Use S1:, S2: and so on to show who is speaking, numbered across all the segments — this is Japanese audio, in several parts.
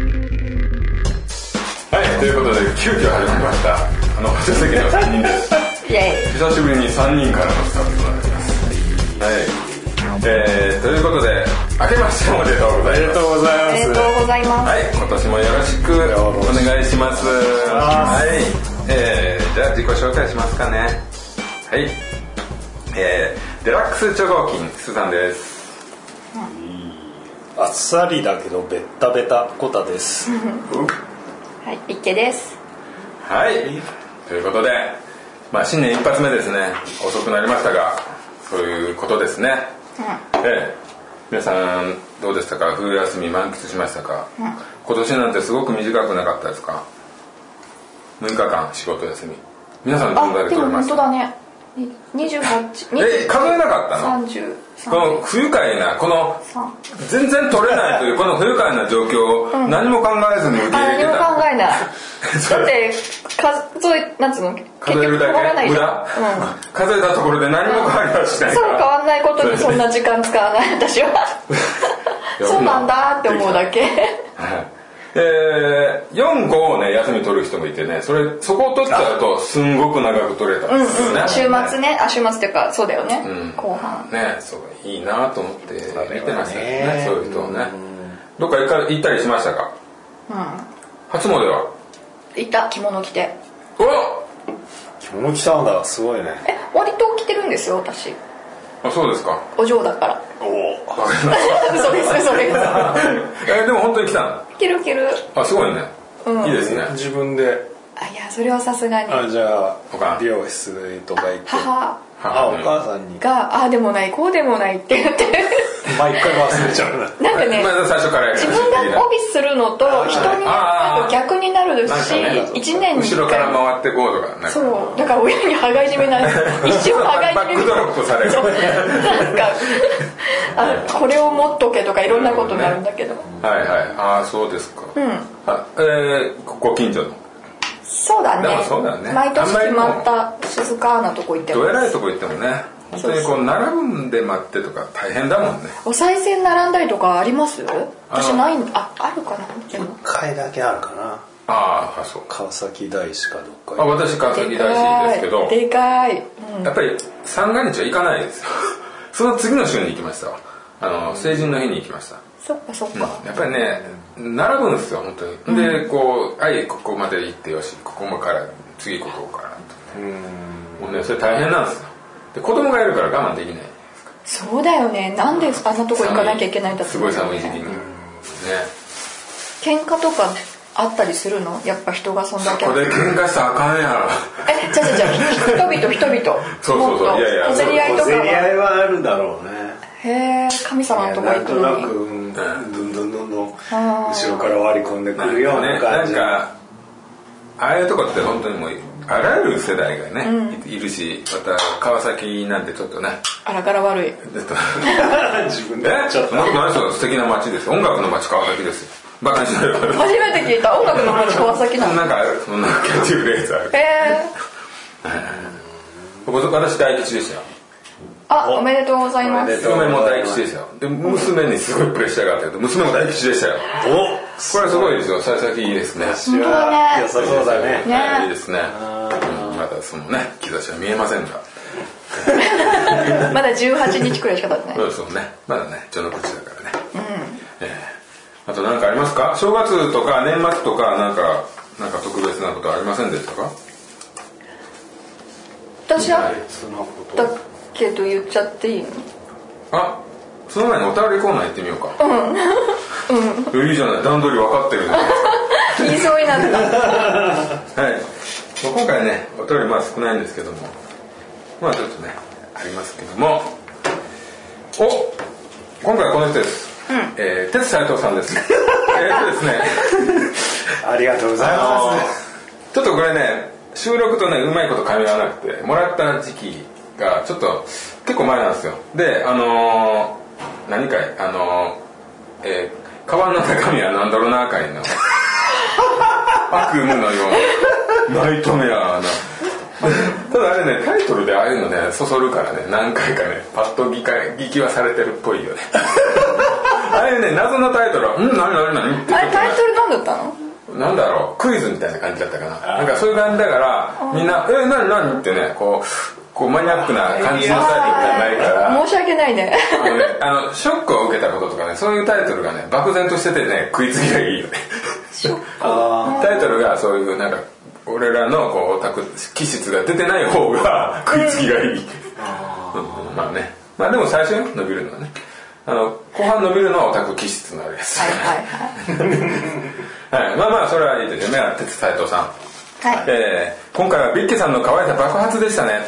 S1: はい、ということで、急遽始まりました。あの、補助席の3人です。
S2: イエイ
S1: 久しぶりに3人からのスタートとなります。はい。えー、ということで、明けましておめでとうございます。
S3: うござ
S2: おめでとうございます、
S1: はい、今年もよろしくお願いします。はい、えー、じゃあ自己紹介しますかね。はい、えー、デラックス超合金、スーさんです。
S3: あっさりだけどベッタベタコタです
S2: はい、一家です
S1: はい、ということで、まあ新年一発目ですね。遅くなりましたが、そういうことですね。えー皆さんどうでしたか冬休み満喫しましたか、今年なんてすごく短くなかったですか6日間仕事休み皆さんどんな
S2: あ、
S1: で
S2: で
S1: 取れ
S2: も
S1: ま
S2: 本
S1: した
S2: 当だね二十八、二
S1: え
S2: 十
S1: 数えなかったの
S2: 三十
S1: この不愉快なこの
S2: 三
S1: 全然取れないというこの不愉快な状況を何も考えずに受け
S2: あ、
S1: 入れて
S2: 何も
S1: た、
S2: 考えない
S1: そ
S2: だっ
S1: れ
S2: て数え、なんつうの結局
S1: 数える
S2: 変
S1: だけ
S2: わらない
S1: 無
S2: じゃん
S1: 駄、数えたところで何も変わりはしな
S2: う
S1: い
S2: ん
S1: か
S2: そう変
S1: ら
S2: わんないことにそんな時間使わない私 は
S1: いや
S2: そうなんだって思うだけ
S1: はい えー、45をね休み取る人もいてねそれそこを取っちゃうとすんごく長く取れたん
S2: うんう
S1: で
S2: ん
S1: すよね、
S2: 週末ね、あ、週末っていうかそうだよね後半
S1: ねそういいなと思って見てましたよ
S3: あれ
S1: ね
S3: はね
S1: そういう人をねどっか行か行ったりしましたか初詣は
S2: 行った着物着て
S1: お
S3: 着物着たんだすごいね
S2: え、割と着てるんですよ私
S1: あそうです か
S2: お嬢だ から
S3: おお
S1: わかりまし
S2: 嘘です嘘です
S1: たえでも本当に来たの
S2: いけるいける
S1: あすごいね、いいですね
S3: 自分で
S2: あいやそれはさすがに
S3: あじゃ
S1: 他
S3: あ美容室とか行って
S2: 母
S3: あお
S1: うん
S3: 母さんに
S2: があでもないこうでもないって言って
S3: 毎回忘れちゃうな
S2: なんかね
S1: まず最初からやる
S2: 自分が帯するのと人に
S1: あ
S2: あと逆になるし
S1: なんかね
S2: 一年に
S1: 後ろ
S2: 一
S1: から
S2: 回
S1: 回ってこうとかなんか
S2: そうだから親に羽交い締めない一生羽
S1: バッ
S2: 交
S1: ク
S2: い締め
S1: ドロップされる
S2: そうなんかあこれを持っとけとかいろんなことになるんだけど
S1: はいはいああそうですかうんあえーごご近所の
S2: そうだね
S1: でもそうだね
S2: 毎年決まった静かなとこ行って
S1: どえ
S2: ます
S1: らいとこ行ってもね本当にこう並ぶんで待ってとか大変だもんね
S2: お賽銭並んだりとかあります私ないんああるかなでも
S3: 一回だけあるかな
S1: ああそうか
S3: 川崎大師かどっか
S1: あ私川崎大師ですけど
S2: でかいでかい、
S1: やっぱり三が日は行かないですよ その次の週に行きましたわあの成人の日に行きました
S2: そっかそっか、
S1: やっぱりね並ぶんですよ本当にでこうはいここまで行ってよしここもから次ここからとねもうねそれ大変なんですよで子供がいるから我慢できない
S2: そうだよねなんであんなとこ行かなきゃいけないんだって
S1: す
S2: 思
S1: ご
S2: う
S1: い
S2: よ
S1: 寒
S2: ね
S1: い時期にね
S2: 喧嘩とかあったりするのやっぱ人がそんだけ
S1: これ喧嘩したらあかんやろ
S2: えじゃあじゃあじゃあ人々人々
S1: そうそうそう
S2: もっと
S1: いやいや
S2: 小競り合いと
S3: 小
S2: か
S3: 競り合
S2: はい
S3: はあるだろうね
S2: へえ神様のとこ
S3: な
S2: 行
S3: ん
S2: く
S3: とな
S2: のに
S3: くうんどんどんどんどん後ろから割り込んでくるよう
S1: ね
S3: な
S1: な
S3: 感
S1: ん
S3: じ
S1: かああいうとこって本当にもうあらゆる世代がね、いいるしまた川崎なんてちょっとね
S2: あらから悪い
S1: ち ょっと
S3: 自分
S1: え
S3: でやっちゃった
S1: もっと何しろ素敵な街ですよ音楽の街川崎ですよバカにしないでください
S2: 初めて聞いた音楽の街川崎な
S1: そん
S2: の
S1: なんかあるそんなキャッチフレーズある
S2: へえ
S1: 僕私大吉でしたよ
S2: あおめでとうございま
S3: おめ
S2: す
S3: でとう
S1: 嫁も大吉でしたよで娘にすごいプレッシャーがあったけど娘も大吉でしたよ
S3: お
S1: これはすごいですよ幸先いいですね
S3: 私は
S2: 本
S3: 良
S2: 当だ
S3: さそうだね
S2: ね
S1: はいいいですねうんまだそのね兆しは見えませんが
S2: まだ18日くらいしか経ってない
S1: そうですよねまだね序の口だからねええあと何かありますか正月とか年末とかなんかなんか特別なことありませんでしたか
S2: 私は
S3: そんなこと
S2: だけど言っちゃってい いの
S1: あその前にお便りコーナー行ってみようかうん、いいじゃない段取り分かってるじゃないですか
S2: 言いそうになった
S1: はい、まあ今回ねお便りまあ少ないんですけどもまあちょっとねありますけどもお今回はこの人です、えー、鉄斎藤さんですえーとですね
S3: ありがとうござい
S1: あ
S3: ます
S1: のちょっとこれね収録とねうまいこと噛み合わなくてもらった時期がちょっと結構前なんですよであのー、何かいあのー、えー、カバンの中身は何だろうな会の悪夢のようなナイトメアなただあれねタイトトルでああいうのねそそるからね何回かねパッと聞か聞きはされてるっぽいよねああいうね謎のタイトルは「うん何何何?」って
S2: あれタイトル何だったの
S1: なんだろうクイズみたいな感じだったかななんかそういう感じだからみんな「え何何?」ってねこうこうマニアックな感じのタイトルじゃないから
S2: 申し訳ないね
S1: あのねあのショックを受けたこととかねそういうタイトルがね漠然としててね食いつきがいいよね
S2: ショック
S3: あ
S1: タイトルがそういうなんか俺らのこうオタク気質が出てない方が食いつきがいい、うんまあねまあでも最初に伸びるのはねあの後半伸びるのはオタク気質のあれです、
S2: はいはい
S1: はい、まあまあそれはいいですよね鉄斎藤さん、
S2: はいはい
S1: えー今回はビッケさんの乾いた爆発でしたね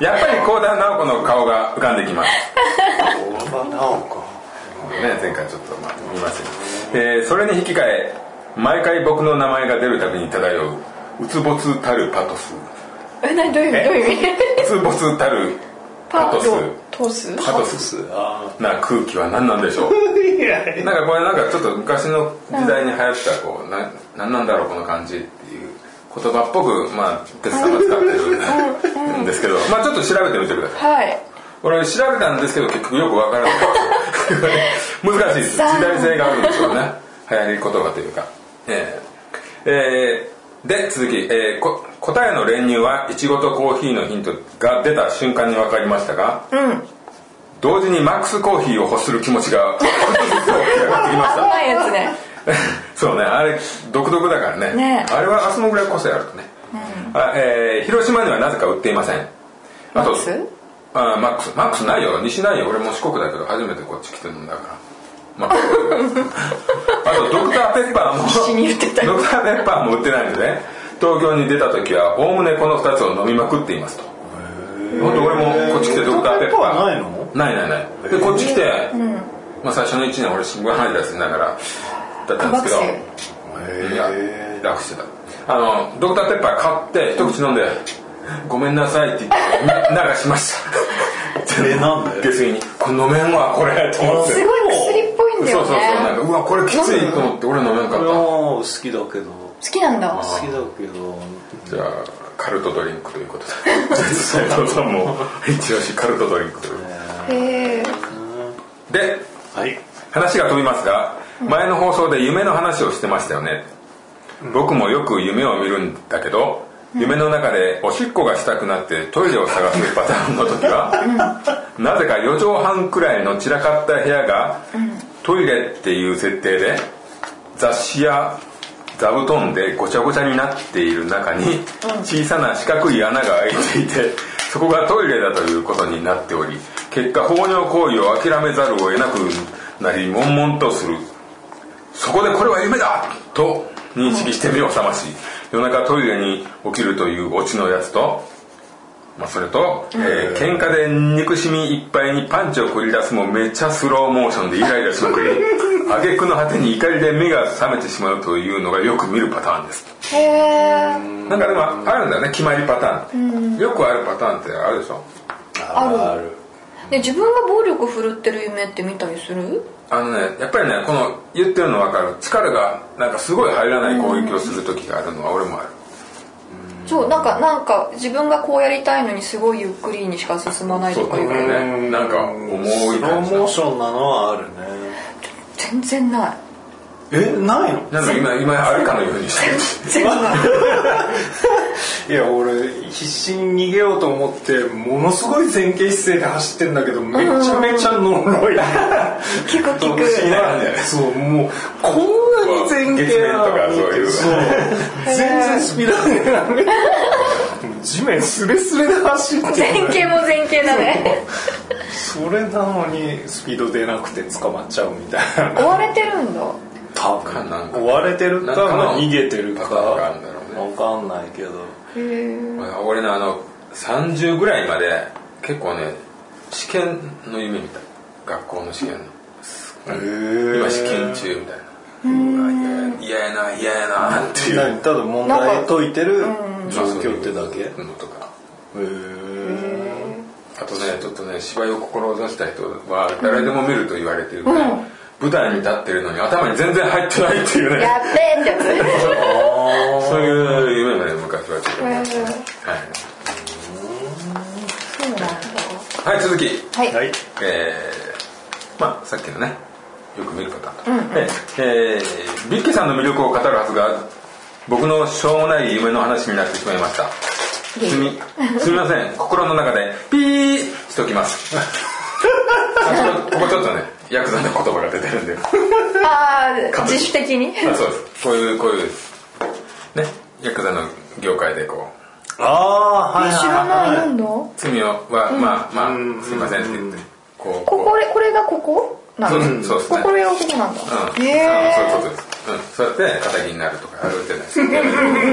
S1: やっぱり高田直子の顔が浮かんできます
S3: 大場直子
S1: ね、前回ちょっと、まあ、見ましたけど、えーそれに引き換え毎回僕の名前が出るたびに漂ううつぼつたるパトス
S2: え何どういう意味どういう意味
S1: うつぼつたる
S2: パ
S1: パト
S2: ー
S1: ス
S2: ト通す
S1: パト
S3: ト
S1: ス
S3: スあ
S1: な空気は何なんでしょう
S3: いやいや
S1: なんかこれなんかちょっと昔の時代に流行ったこうな何なんだろうこの感じっていう言葉っぽくまあ哲さんが使ってるん ですけどまあちょっと調べてみてください
S2: はい
S1: 俺調べたんですけど結局よくわからない 難しいです時代性があるんでしょうね流行り言葉というかえーえーで続き、えーこ答えの練乳はいちごとコーヒーのヒントが出た瞬間に分かりましたが、同時にマックスコーヒーを欲する気持ちが 上がってきまし
S2: 危
S1: た
S2: ないやつね
S1: そうねあれ独特だからね
S2: ね
S1: あれはあそのぐらい個性あるとね、あえー広島にはなぜか売っていませんあと
S2: マックス
S1: あマックスマックスないよ西ないよ俺も四国だけど初めてこっち来てるんだからマック スあとドクターペッパーも
S2: 必死に言ってた
S1: ドクターペッパーも売ってないんでね東京に出た時はおおむねこの2つを飲みまくっていますと本当俺もこっち来てドクターペッパー
S3: ドクターペッパーないの
S1: ないないないでこっち来て、まあ、最初の1年俺新聞配達しながらだったんですけど
S2: 学生
S1: いや楽してたあのドクターペッパー買って一口飲んで「ごめんなさい」って言ってな流しました
S3: えなん
S1: 下
S3: で
S1: 水に「これ飲めんわこれ」と思って
S2: すごい薬っぽいんだ
S1: そうそう
S2: よ
S1: そうなん
S2: ね
S1: かうわこれきついと思って俺飲めんか
S3: 俺
S1: っ
S3: も好きだけど
S2: 好きなんだ
S3: 好きだけど
S1: たじゃあカルトドリンクということで斉藤さんも一押しカルトドリンクという
S2: へえ
S1: で
S3: はい
S1: 話が飛びますが前の放送で夢の話をしてましたよね僕もよく夢を見るんだけど夢の中でおしっこがしたくなってトイレを探すパターンの時はなぜか4畳半くらいの散らかった部屋がトイレっていう設定で雑誌や座布団でごちゃごちゃになっている中に小さな四角い穴が開いていてそこがトイレだということになっており結果放尿行為を諦めざるを得なくなり悶々とするそこでこれは夢だと認識して目を覚まし夜中トイレに起きるというオチのやつと、まあ、それと、えー喧嘩で憎しみいっぱいにパンチを繰り出すもめっちゃスローモーションでイライラしま くり挙句の果てに怒りで目が覚めてしまうというのがよく見るパターンです
S2: へえ
S1: なんかでもあるんだよね決まりパターンよくあるパターンってあるでしょ
S2: ある
S3: ある
S2: で自分が暴力振るってる夢って見たりする
S1: あのねやっぱりねこの言ってるの分かる力がなんかすごい入らない攻撃をする時があるのは俺もある
S2: そうなんかなんか自分がこうやりたいのにすごいゆっくりにしか進まない
S1: そ
S2: と
S1: うだ
S2: かいう
S1: からねなんか重い
S3: スロー
S1: 感じ
S3: モーションなのはあるね
S2: 全 然ない
S3: えないの
S1: なんか今今あるかのようにしてる
S2: 全然ない
S3: いや俺必死に逃げようと思ってものすごい前傾姿勢で走ってんだけどめちゃめちゃ呪い
S2: 聞く聞
S3: 不
S2: く
S3: 思議な感じだよねそうもうこんなに前傾なのに
S1: 月面とかそういう
S3: そう全然スピード上げられない地面スレスレで走って
S2: 前傾も前傾だね
S3: それなのにスピード出なくて捕まっちゃうみたいな
S2: 追われてるんだ
S3: 多
S1: かなんか
S3: 分追われてるか
S1: なんかの
S3: まあ逃げてるか
S1: パターンがあるんだろう
S3: 分かんないけど
S2: へえ
S1: 俺のあの30ぐらいまで結構ね試験の夢みたい学校の試験の今試験中みたいなうわ嫌や嫌やな嫌やなっていう
S3: 何ただ問題解いてる状況ってだけへ
S1: のとか
S3: え
S1: あとねちょっとね芝居を志した人は誰でも見ると言われてるけど、舞台に立ってるのに頭に全然入ってないっていうね
S2: やっべえってや つ
S1: そういう夢まで昔はちょっと見て続き、
S2: はい、
S3: はい
S1: えーまあさっきのねよく見るパターンと、
S2: うん
S1: えーえービッケさんの魅力を語るはずが僕のしょうもない夢の話になってしまいました
S2: いえい
S1: すみすみません心の中でピーしときます あここここちょっとねヤクザの言葉が出てるん で
S2: ああ自主的に
S1: あそうですこういうこういうねヤクザの業界でこう
S3: ああはい
S2: え知ら
S3: はい
S2: ない
S3: はい
S2: なんだこ
S1: 罪をは、まあまあ、
S3: うん
S1: すいませんって言ってこう
S2: これこれがここなんだ
S1: そうそうですね
S2: ここれがここなんだ
S1: うん、
S2: へ
S1: うんそういう
S2: え
S1: ことです、うん、そうやって肩着になるとかあるじゃないで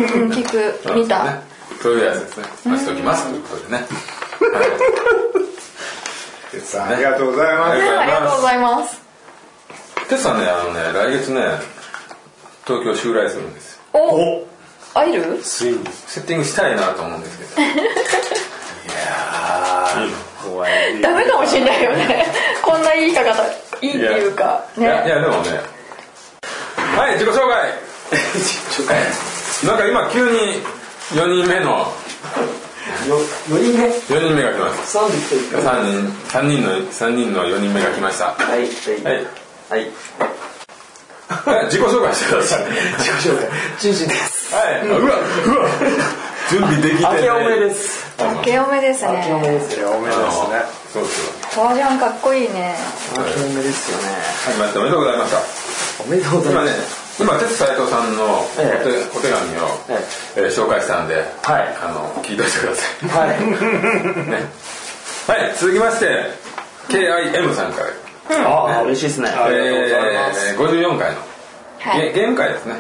S1: すか、
S2: うん聞く 見た
S1: ねそういうやつですねましておきますということでね
S3: さあありがとうございま
S1: は
S3: す
S1: い
S2: ありがとうございます
S1: テツさんねあのね来月ね東京襲来するんですよ
S2: お
S3: お
S2: 会える
S3: ついに
S1: セッティングしたいなと思うんですけど
S3: あー怖い
S2: ダメかもしれないよね こんな言い方いいっていうか
S1: いやい
S2: ね
S1: やでもねはい自己紹 介なんか今急に4人目の
S4: よ4人目
S1: 4人目が来まし
S4: 3人という
S1: た3人三人の三人の4人目が来ましたは
S4: はい
S1: は
S4: はいい はい
S1: い自己紹介してください
S4: 自己紹介ジュンジュンです
S1: はい、うわうわ準備できて
S4: 明
S1: ない
S4: けおめです
S2: 明けおめです
S4: 明けおめ
S2: ね
S4: です
S3: い
S4: よ
S3: やおめでとうございま
S1: そうですよ
S2: 革ジャンかっこいいね
S4: 明けおめですよね
S1: 始まっておめでとうございました
S4: おめでとうござい
S1: 今
S4: ま
S1: ね
S4: す
S1: 今鉄斎藤さんのお手,、
S4: ええ
S1: お手紙を、
S4: え
S1: えー紹介したんで、
S4: はい
S1: あの聞いといてくださ
S4: はい
S1: いはい続きまして KIM さんから、
S4: ああ嬉しいですね
S3: ありがとうございます
S1: えー、54回の、
S2: は
S1: げ
S2: い
S1: 現回ですね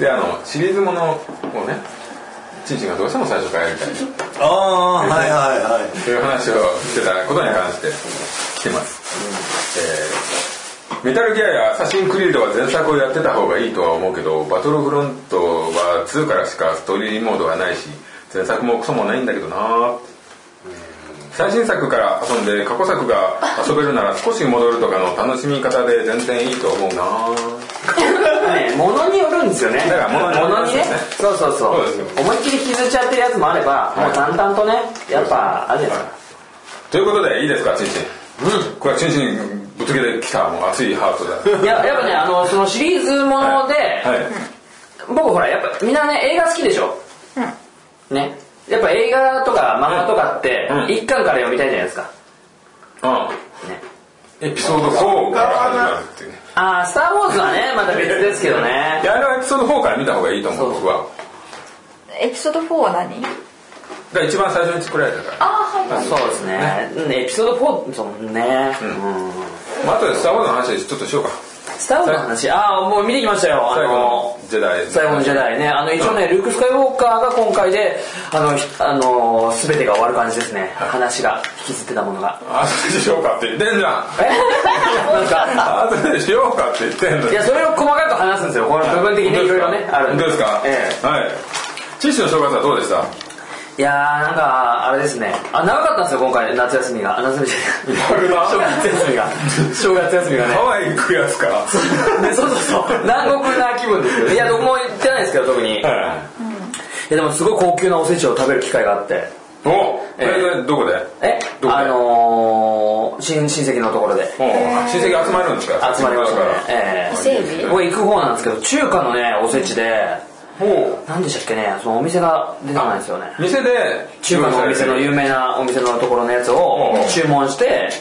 S1: であのシリーズものをねちんちんがどうしても最初からや りたい
S3: すああーはいはいはい
S1: という話をしてたことに関して来てます、えーメタルギアやアサシンクリードは前作をやってた方がいいとは思うけどバトルフロントは2からしかストーリーモードがないし前作もクソもないんだけどなー最新作から遊んで過去作が遊べるなら少し戻るとかの楽しみ方で全然いいと思うなー
S4: ね物によるんですよね
S1: だから物によるん
S4: 物
S1: で
S4: に
S1: すよ
S4: ね
S1: ね
S4: そうそうそ
S1: そうです
S4: う思いっきり傷ちゃってるやつもあれば
S1: はい
S4: もう淡々とねやっぱあれですか
S1: はいということでいいですかチンチン
S4: うん
S1: これはチンチンぶつけてきたもう熱いハートだ
S4: いややっぱねあのそのシリーズもので
S1: はい
S4: 僕ほらやっぱみんなね映画好きでしょねやっぱ映画とか漫画とかって
S1: うん
S4: 一巻から読みたいじゃないですか
S1: うん
S4: ね
S1: エピソード4から始まるっていうね
S4: あースター・ウォーズはねまた別ですけどね
S1: いやあれはエピソード4から見た方がいいと思う
S4: そう
S1: 僕は
S2: エピソード4は何
S1: だから一番最初に作られたから
S2: あーはい
S4: そうですねうんエピソード4そうね、うん
S1: まあ後でスター・ウォーズの話ちょっとしようか
S4: スター・ウォーズの話ああもう見てきましたよあ
S1: 最後の
S4: の
S1: ジェダイ
S4: 最後のジェダイねあの一応ねルーク・スカイウォーカーが今回であのひあのー全てが終わる感じですね話が引きずってたものが
S1: あ後でしようかって言ってんじゃん
S4: え なんか
S1: 後でしようかって言ってんの
S4: いやそれを細かく話すんですよこの部分的にいろいろねある
S1: 本
S4: ん
S1: 当ですか
S4: ええ
S1: はいチッシュの正月はどうでした
S4: いやーなんかあれですねあ長かったんですよ今回夏休みがあ夏休みじゃない
S1: 長
S4: 正
S1: かった
S4: 月休みが 正月休みがね
S1: ハワイ行くやつか
S4: ねそうそうそう南国な気分ですよねいやどこも行ってないですけど特にいや
S1: はい
S4: でもすごい高級なおせちを食べる機会があって
S1: おそれでどこで
S4: え
S1: どこで
S4: あのー、親親戚のところで
S1: お親戚集まるんですか
S4: 集まりましたねええ
S2: 伊勢海
S4: これ行く方なんですけど中華のねおせちで
S1: も
S4: 何でしたっけねそのお店が出てこないんですよね
S1: う店で
S4: 中華のお店の有名なお店のところのやつを
S1: うん
S4: 注文して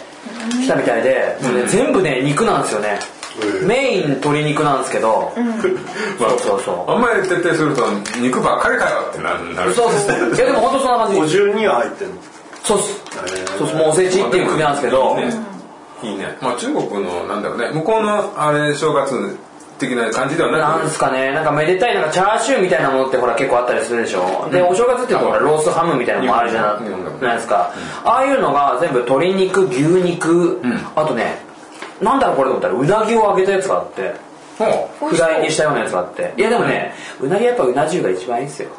S4: 来たみたいでそれで全部ね肉なんですよねメイン鶏肉なんですけど
S1: まあ
S4: そうそうそう
S1: あんまり徹底すると肉ばっかりかよってなるなる
S4: そうそういやでも本当そんな感じ
S3: 52は入ってんの
S4: そうっす
S3: ー
S4: そうっすもうおせちっていう組なんですけど
S1: ねいいねまあ中国のなんだろうね向こうのあれ正月的な感じではな
S4: な
S1: く
S4: んすかねなんかめでたいなんかチャーシューみたいなものってほら結構あったりするでしょでお正月っていうのはほらロースハムみたいなのもあるじゃな
S1: 日本だもんね
S4: ないですかああいうのが全部鶏肉牛肉あとねなんだろうこれと思ったらうなぎを揚げたやつがあって
S1: ほう
S4: フライにしたようなやつがあっていやでもねうなぎやっぱうな重が一番いいん すよ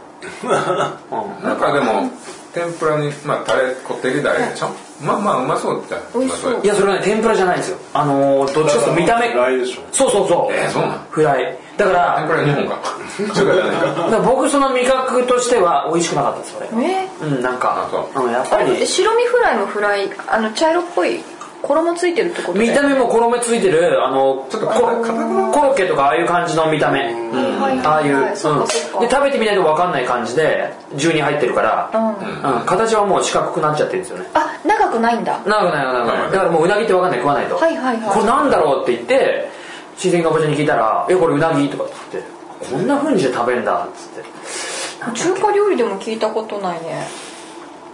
S1: なんかでも天ぷらにまあタレこってりだれでしょまあまあうまそうじゃん
S2: 美味しそう
S1: まあ
S4: いやそれはね天ぷらじゃないんですよあのーどっちかというと見た目
S3: フライでしょ
S4: そうそうそう
S1: えーそうなの
S4: フライだから
S1: これは日本 か中華じゃないか
S4: だから僕その味覚としては美味しくなかったですそれ
S2: え
S4: うんなんか
S1: あそ
S4: うんやっ
S2: あ
S4: ぱ
S2: れだっ
S4: り
S2: て白身フライもフライあの茶色っぽい衣ついてるってこと
S4: 見た目も衣目ついてるあの
S1: ちょっと
S4: コロコロッケとかああいう感じの見た目うん
S2: はいはいはい
S4: ああいううんで
S2: そっかそっか
S4: 食べてみないと分かんない感じで十に入ってるから
S2: うん
S4: うん形はもう四角くなっちゃってるんですよね
S2: あ長くないんだ
S4: 長くない長くない
S1: うん
S4: だからもううなぎって分かんない食わないと
S2: はいはいはい
S4: これなんだろうって言って親戚のおばちゃんに聞いたら「えこれうなぎ?」とかって言ってこんなふうにして食べるんだっつって
S2: 中華料理でも聞いたことないね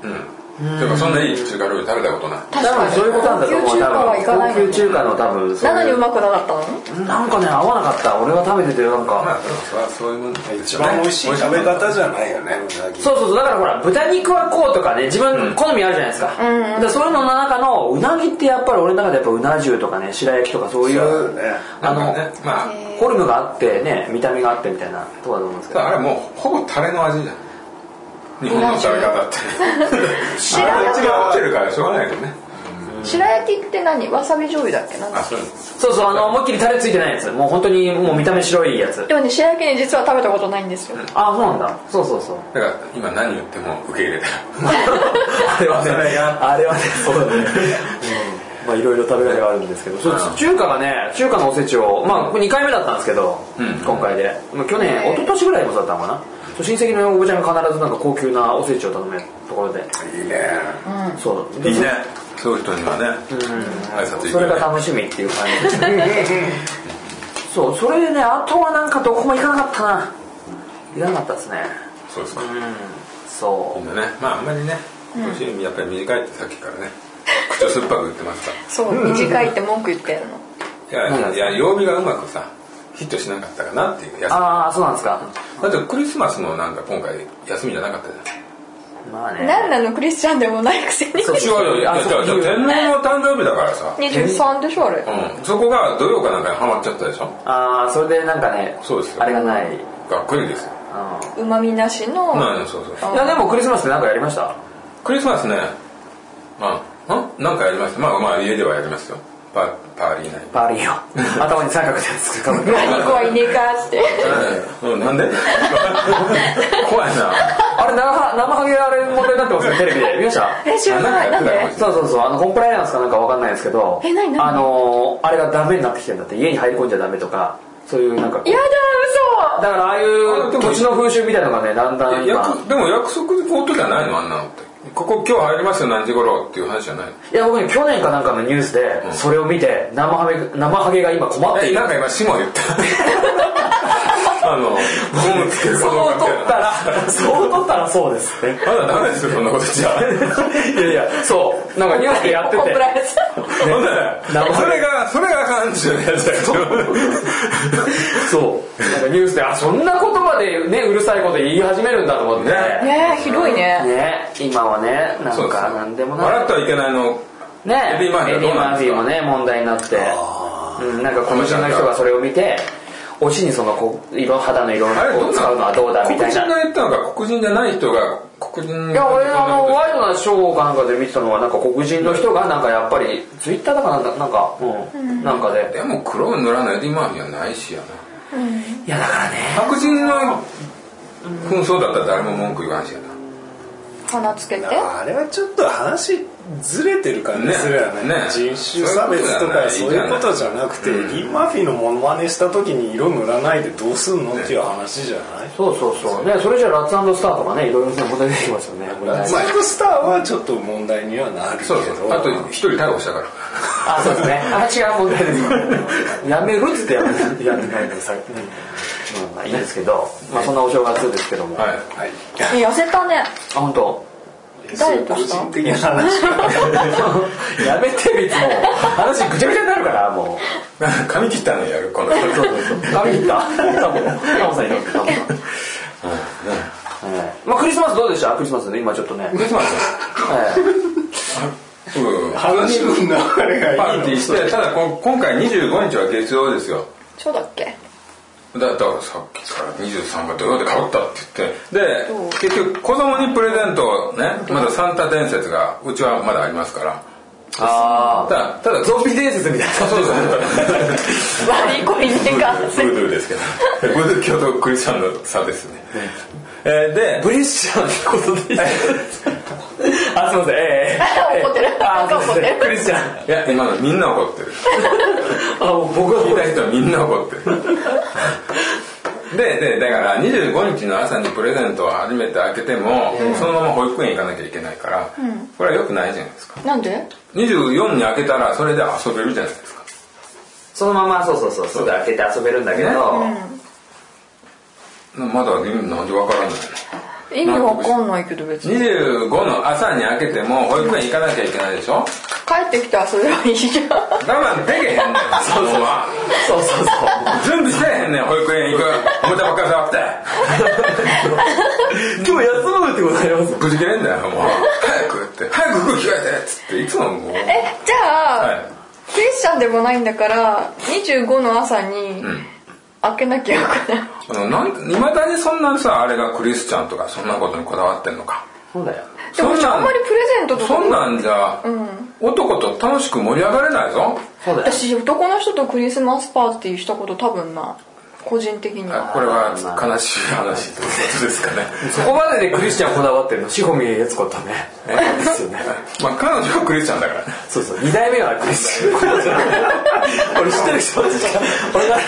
S1: うんていうかそんないい中華料理食べたことない
S2: 確
S4: 多
S2: か
S4: 分
S2: に
S4: そういうことなんだと思う
S2: 高級中華はいか
S4: 多
S2: な
S4: 分
S2: い
S4: 高級中華の多分そういう
S2: なのにうまくなかったの
S4: なんかね合わなかった俺は食べててなんか、
S1: まあそれはそういうもん
S3: 一番美味しい食べ方じゃないよねうなぎ
S4: そうそうそうだからほら豚肉はこうとかね自分好みあるじゃないですか,、
S2: んうん
S4: だからそういうのの中のうなぎってやっぱり俺の中でやっぱうな重とかね白焼きとかそういう
S3: そうだね
S4: あ
S1: あ
S4: の、
S1: のねまあ
S4: フォルムがあってね見た目があってみたいなとこだと思うんですけど
S1: あれもうほぼタレの味じゃん日本の食べ方って
S2: 白
S1: あれ
S2: 焼
S1: 違ってるからしょうがないよね
S2: き白焼きって何わさび醤油だっけなんだ
S1: あそう
S4: そうそうあの思いっきりタレついてないやつもう本当にもう見た目白いやつ
S2: でもね白焼きね実は食べたことないんですよ
S4: あそうなんだそうそうそう
S1: だから今何言っても受け入れた
S4: あれはね
S3: それ
S4: あれはねそうだね、うんまあいろいろ食べ方があるんですけど、そう中華がね中華のおせちをまあ2回目だったんですけど、
S1: うん
S4: 今回で、まあ、去年一昨年ぐらいもそうだったのかなそう親戚のおばちゃんが必ずなんか高級なおせちを頼むところで、
S3: いいね
S4: そう
S1: いいねそういう人にはね挨拶行
S4: そ
S1: く
S4: れ
S1: よ
S4: が
S1: ね
S4: 楽しみっていう感じ ですねそうそれでねあとはなんかどこも行かなかったな行かなかったですね
S1: そうですか
S4: うんそ
S1: みんなねまああんまりね年やっぱり短いってさっきからね口を酸っぱく言ってますか
S2: そう短いって文句言ってるの
S1: らい
S4: うん
S1: やいや曜日がうまくさヒットしなかったかなっていうやつ
S4: う
S1: だ
S4: ああそうなんですか
S1: ってクリスマスもなんか今回休みじゃなかったじゃん
S4: まあね
S2: 何なのクリスチャンでもないくせに
S4: そう
S1: 違うよいや
S4: あ
S1: 違う違う天皇の誕生日だからさ、
S2: 23でしょあれ
S1: うん、そこが土曜かなんかにハマっちゃったでしょ
S4: ああそれでなんかね
S1: そうですよ
S4: あれがない、うん、いう
S1: がっくりですよ
S2: うまみなしの
S1: まあねそうそう
S4: やでもクリスマスでなんかやりました
S1: クリスマスねあんなんかやりましたまあまあ家ではやりますよパパーリーナイ
S4: パーリー を頭に三角で作るかも
S2: 何個はいねえかって
S1: トうんなんで 怖いな
S4: あれ生ハ生ハゲあれ問題になってますねテレビで見ました
S2: え知らないなんで
S4: そうそうそうあのコンプライアンスかなんかわかんないですけど
S2: え何何
S4: あのーあれがダメになってきてるんだって家に入り込んじゃダメとかそういうなんかこう
S2: やだ
S4: だからああいう
S1: あでも
S4: 土地の風習みたいなのがねだんだん今
S1: 約でも約束事じゃないのあんなのってここ今日入りますよ何時頃っていう話じゃないの
S4: いや僕ね去年かなんかのニュースでそれを見て生ハゲ生ハゲが今困ってい
S1: え
S4: る
S1: なんか今下言った あのゴムつける
S4: そ
S1: かどう
S4: う
S1: かみ
S4: 取った
S1: たいな
S4: らそう取ったらそうですね
S1: まだダメですよそんなことじゃ
S4: いやいやそうなんかニュースでやって
S2: 嘘コンプライ
S4: て
S2: アン ス
S1: ほんなら
S4: なるほ
S1: そ
S4: ど
S1: れがそれがあかんちゅうやつだよ
S4: そうなんかニュースであそんなことまでねうるさいこと言い始めるんだと思っ
S1: ね
S4: て
S2: ねえひどいね
S4: ね今はねな
S1: そ
S4: ん
S1: うです
S4: か
S1: よ
S4: なんでもない
S1: 笑ってはいけないの
S4: ね
S1: エディマーフィーはどうなんですか
S4: エディマーフィーもね問題になってうんなんか黒人の人がそれを見て推しにそのこう色肌の色を
S1: あれど
S4: こ
S1: う
S4: う
S1: な
S4: 使うのはどうだみ
S1: 黒
S4: たい
S1: 人が
S4: な
S1: 言ったのか黒人じゃない人が黒人
S4: いや俺あのワイドなショーかなんかで見てたのはなんか黒人の人がなんかやっぱりツイッターだかなんだなんかうんなんかで
S1: でも黒を塗らないエディマーフィーはないしやない
S4: やだからね
S1: 白人の紛争だったら誰も文句言わんしやな
S2: 鼻つけて
S3: あれはちょっと話ずれてる感じするよね
S1: ねね
S3: 人種差別とか
S1: そ
S3: そうう
S1: い
S3: いうう
S1: こ
S3: ことと
S1: じ
S3: じゃなくてリン・マフィーのモノマネした時に色塗らないでどうすんのっていう話じゃない
S4: そうそうそうねそれじゃラッツスターとかねいろいろな問題出てきますよね
S3: ラックスターはちょっと問題にはなるけど
S1: そうそうそうあと一人逮捕したから
S4: あそうですねあ違う問題ですやめるっつってやめるやめないでさ、うんまあ、いいですけど、まあ、そんなお正月ですけども、
S1: はい
S4: あ
S3: はい
S2: え痩せたね
S4: 本 当
S2: 誰と
S3: 個
S2: した
S3: 人的な話
S4: やめて別にもう話ぐちゃぐちゃになるからもう
S1: 髪切ったのやるこの人
S4: そうそうそう髪切ったタモタモさんいるタモさん、ええまあ、クリスマスどうでしたクリスマスね今ちょっとね、
S1: クリスマス
S4: ええ
S1: うん
S3: 話の流れがいい の
S1: パーティーしてただこ今回25日は月曜ですよ
S2: そうだっけ
S1: だだからさっきから23が土曜でかぶったって言ってで
S2: そう
S1: 結局子供にプレゼントをねまだサンタ伝説がうちはまだありますから
S4: あ
S1: ただただ
S4: ゾンビ伝説みたいな
S1: そうです
S2: 悪い子に手が
S1: ブードゥーですけどブードゥー教とクリスチャンの差ですね、えーで
S4: ブリッシャーのこと であすいませんええ
S2: 怒ってる
S4: あすいま
S2: 怒って
S4: せん
S2: る
S4: クリスチャン
S1: いや今のみんな怒ってる
S4: あ僕は
S1: 聞いた人はみんな怒ってるででだから25日の朝にプレゼントを初めて開けても、そのまま保育園行かなきゃいけないから、これは良くないじゃないですか
S2: なんで
S1: 24に開けたらそれで遊べるじゃないですか
S4: そのままそうそうそうそう開けて遊べるんだけど、
S1: まだ意味なんでわからないの
S2: 意味わかんないけど別に
S1: 25の朝に開けても保育園行かなきゃいけないでしょ
S2: 帰ってきて遊べばいいじゃん
S1: 我慢できへんねんそうそう
S4: そうそうそう
S1: 準備せえへんねん保育園行くおもちゃばっかり触って
S4: 今日休むってございます
S1: ぶち切れんだよもう早くって早く服着替えてっつっていつももう
S2: えじゃあ、
S1: はい
S2: クリスチャンでもないんだから25の朝に開けなきゃよくない、
S1: あのなんいまだにそんなさあれがクリスチャンとかそんなことにこだわってんのか
S4: そうだよ
S2: でも
S1: そん
S2: 私
S1: な
S2: あんまりプレゼントとか
S1: そんなんじゃ、男と楽しく盛り上がれないぞ
S4: そうだよ
S2: 私男の人とクリスマスパーティーしたこと多分ない個人的に
S1: あ
S2: は
S1: これは悲しい話ってことですか ね
S4: そこまででクリスチャンこだわってるの志保美恵悦子だねですよね
S1: まあ彼女はクリスチャンだからね
S4: そうそう2代目はクリスチャンこだわってる 俺知ってる人しか 俺がね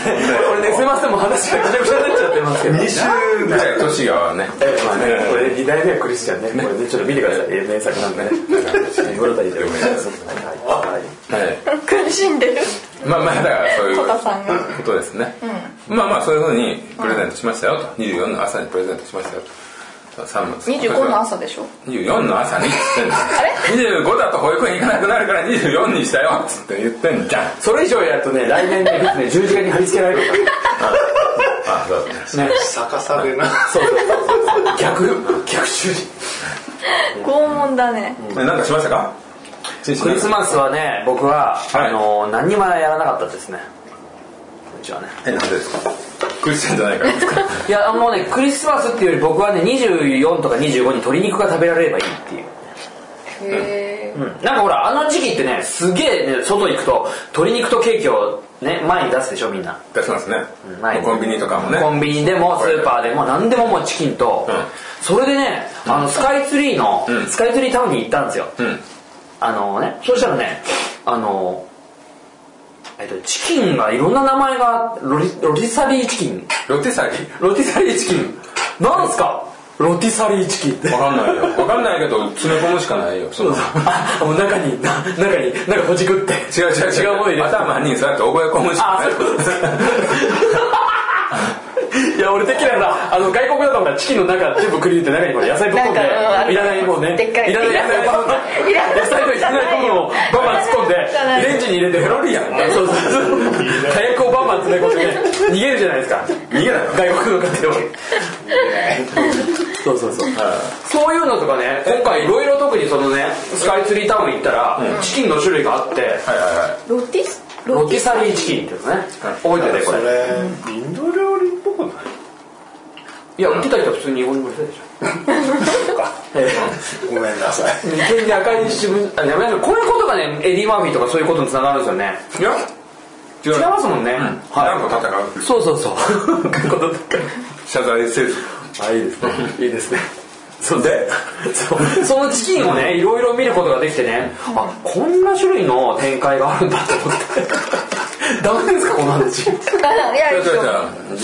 S4: 俺ねすいませんもう話がぐちゃぐちゃになっちゃってますけど
S1: 20ぐらい年がね
S4: ええまあね、これ二代目はクリスチャンね、これね、ちょっと見てください、ええ名作 なんでね。室谷でお願いします。はい
S1: はい
S2: 苦しんでる
S1: まあまあだからそういう
S2: 戸田さんが
S1: ことですね、まあまあそういうふうにプレゼントしましたよと24の朝にプレゼントしましたよと3月
S2: 25の朝でしょ
S1: 24の朝にっつってんの25だと保育園行かなくなるから24にしたよっつって言ってんじゃん
S4: それ以上やるとね、来年ね、ね十字架に貼り付けられるから。
S1: あそうだね
S4: ね、
S3: 逆さでな
S4: そうそうそうそう、逆、逆十字。
S2: 拷問だね、
S1: えなんかしましたか
S4: クリスマスはね、僕は、
S1: はい
S4: あの、何にもやらなかったですね。うちはね。
S1: えなんでですかクリスチャンじゃないからですか
S4: いや、もうね、クリスマスっていうより、僕はね、24とか25に鶏肉が食べられればいいっていう。
S2: へえ
S4: うんなんかほら、あの時期ってね、すげえね、外行くと、鶏肉とケーキをね、前に出すでしょ、みんな。
S1: 出しますね
S4: 前に
S1: コンビニとかもね
S4: コンビニでもスーパーでも何でももうチキンと、
S1: うん
S4: それでねあのスカイツリーの、
S1: うん
S4: スカイツリータウンに行ったんですよ、
S1: うん
S4: あのねそしたらねあのえっとチキンがいろんな名前がロリロティサリーチキン
S1: ロティサリー
S4: ロティサリーチキンなんすかロティサリーチキンって
S1: わかんないよわかんないけど詰め込むしかないよその
S4: あもう中にな中になんかほじくって
S1: 違う違う違う
S4: 違うもの入れて
S1: 頭にそうやって覚え込むしか
S4: あ
S1: ない
S4: そういうことです いや俺的にはなあの外国だとほらチキンの中全部くり抜いて中にこれ野菜ぶっ込んで
S2: なんかうん
S4: いらないもうね
S2: でっかい
S4: いらない野菜ぶっ込んで
S2: いらない
S4: 野菜のいらない部分をバンバン突っ込んで
S2: いらない
S4: レンジに入れてフロリアンそうそうそう火薬をバンバン詰め込んでね逃げるじゃないですか
S1: 逃げないよ
S4: 外国の家庭をそうそうそうそういうのとかね今回いろいろ特にそのねスカイツリータウン行ったらチキンの種類があって
S1: はいはいはい
S2: ロティス
S4: ロティサリーチキンっていうのね覚えててこ
S3: そ
S4: れ
S3: れインド料理っぽくない
S4: いや、売ってた人は普通に日本語にしてたでし
S3: ごめんなさい
S4: ょ。眉間に赤い自分、あ、やめなさい。こういうことがね、エディ・マーフィーとかそういうことにつながるんですよね。
S1: いや違
S4: 違いうますもんね。
S1: 何個戦う
S4: い。そうそうそう。
S1: 謝罪せず
S4: あ、いいですね。 いいですね。そでそうそのチキンをねいろいろ見ることができてね、あこんな種類の展開があるんだと思ってダメですかこの話
S2: いや
S1: 違う違
S2: いや
S1: う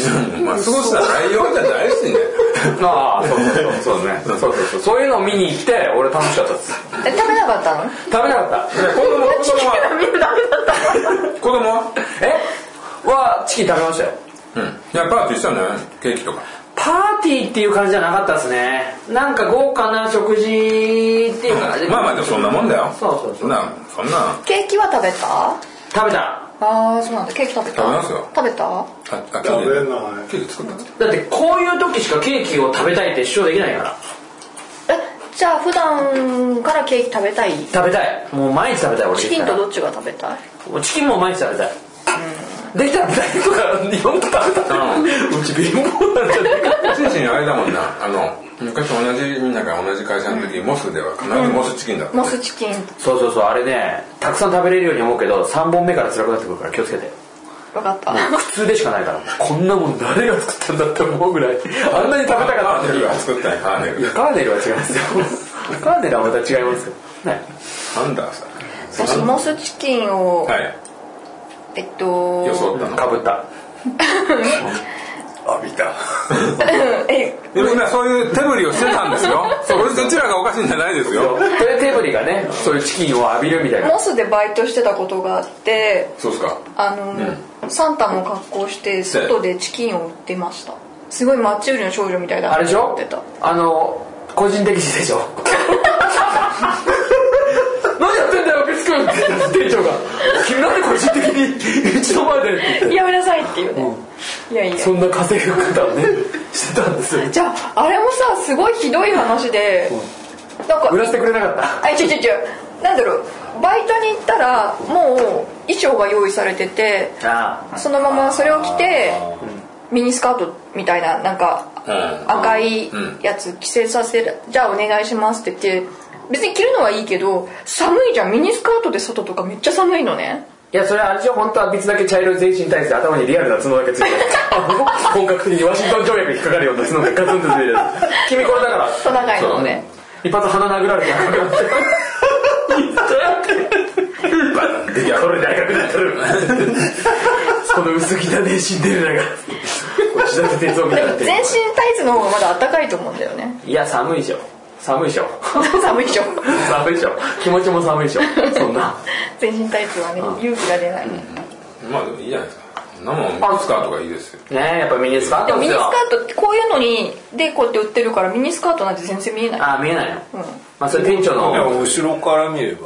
S1: 違うまあ過ごした内容じゃないしね
S4: ああそうそうそうそうねそうそうそうそういうのを見に行って俺楽しかったです
S2: え食べなかったの
S4: 食べな かった
S1: いや子供は子供は
S2: みんなダメだった
S1: 子供は
S4: えはチキン食べましたよ
S1: うんいやパーティーしたんじゃないケーキとか
S4: パーティーっていう感じじゃなかったですねなんか豪華な食事っていうか、
S1: まあまあでもそんなもんだよ
S4: そうそうそう
S1: そんなそんな
S2: ケーキは食べた
S4: 食べた
S2: ああそうなんだケーキ食べた
S1: 食べますよ
S2: 食べた
S1: ああケ
S3: 食べ
S1: ーキ
S3: ない
S1: ケーキ作ったんですか
S4: だってこういう時しかケーキを食べたいって主張できないから
S2: えじゃあ普段からケーキ食べたい
S4: 食べたいもう毎日食べたい俺
S2: チキンとどっちが食べたい
S4: チキンも毎日食べたいできたら豚肉とかいろんな食べたら、
S1: う
S4: うんち貧乏なんじゃないか
S1: 心身あれだもんなあの昔同じみんなが同じ会社の時、モスでは必ずモスチキンだった、
S2: モスチキン
S4: そうそうそうあれねたくさん食べれるように思うけど3本目から辛くなってくるから気をつけて
S2: 分かった
S4: 苦痛でしかないからこんなもん誰が作ったんだって思うぐらいあんなに食べたか
S1: カ
S4: っ
S1: ーネ
S4: たのに
S1: ルが作ったんやカーネ
S4: いや
S1: ル
S4: カーネルは違いますよカーネルはまた違いますよね
S1: サンダーさ
S2: 私モスチキンを、
S1: はい
S2: えっと
S1: 予想ったの
S4: かぶった
S3: あ見た
S2: え
S1: でも今そういう手振りをしてたんですよ そう俺どちらがおかしいんじゃないですよ
S4: そういうテーブルがねそういうチキンを浴びるみたいな
S2: モスでバイトしてたことがあって
S1: そうですか
S2: あの、サンタの格好して外でチキンを売ってましたすごいマッチ売りの少女みたいだな
S4: あれでし
S2: 思
S4: ょ
S2: ってた
S4: あの個人的事でしょ何やってんだよ別君って店長が君なんで個人的にうちの前でって言って
S2: やめなさ いっていうね、いやいや
S4: そんな稼ぐ方をねしてたんですよ
S2: じゃああれもさすごいひどい話で、なんか
S4: 売らせてくれなかった
S2: あ違う違う違うなんだろうバイトに行ったらもう衣装が用意されてて
S4: あ
S2: そのままそれを着てミニスカートみたいななんか
S1: うん
S2: 赤いやつ着せさせる、じゃあお願いしますって言って別に着るのはいいけど寒いじゃんミニスカートで外とかめっちゃ寒いのね
S4: いやそれはあれでしょ本当はビツだけ茶色い全身に対して頭にリアルな角だけつ いてる本格的にワシントン条約に引っかかるような角がガツンとついてる君これだから
S2: トナカイののね
S4: 一発鼻殴られて赤くなって いやこれで赤くなってる その薄汚ね死んでる中内田哲夫みたいになってる
S2: 全身タイツの方がまだ暖かいと思うんだよね
S4: いや寒いでしょ寒いでしょ
S2: 寒いでしょ
S4: 寒いでしょ気持ちも寒いでしょそんな
S2: 全身タイツはね勇気が出ないね、
S1: まあでもいいじゃないですかそんなもんミニスカートがいいですよ
S4: ねえやっぱミニスカー
S2: で
S4: ト
S2: も
S4: で
S2: ミ
S4: す
S2: ニス
S4: よ
S2: カートってこういうのにでこうやって売ってるからミニスカートなんて全然見えない
S4: あー見えないの、
S2: ん
S4: まあそれ店長の
S3: いや後ろから見れば、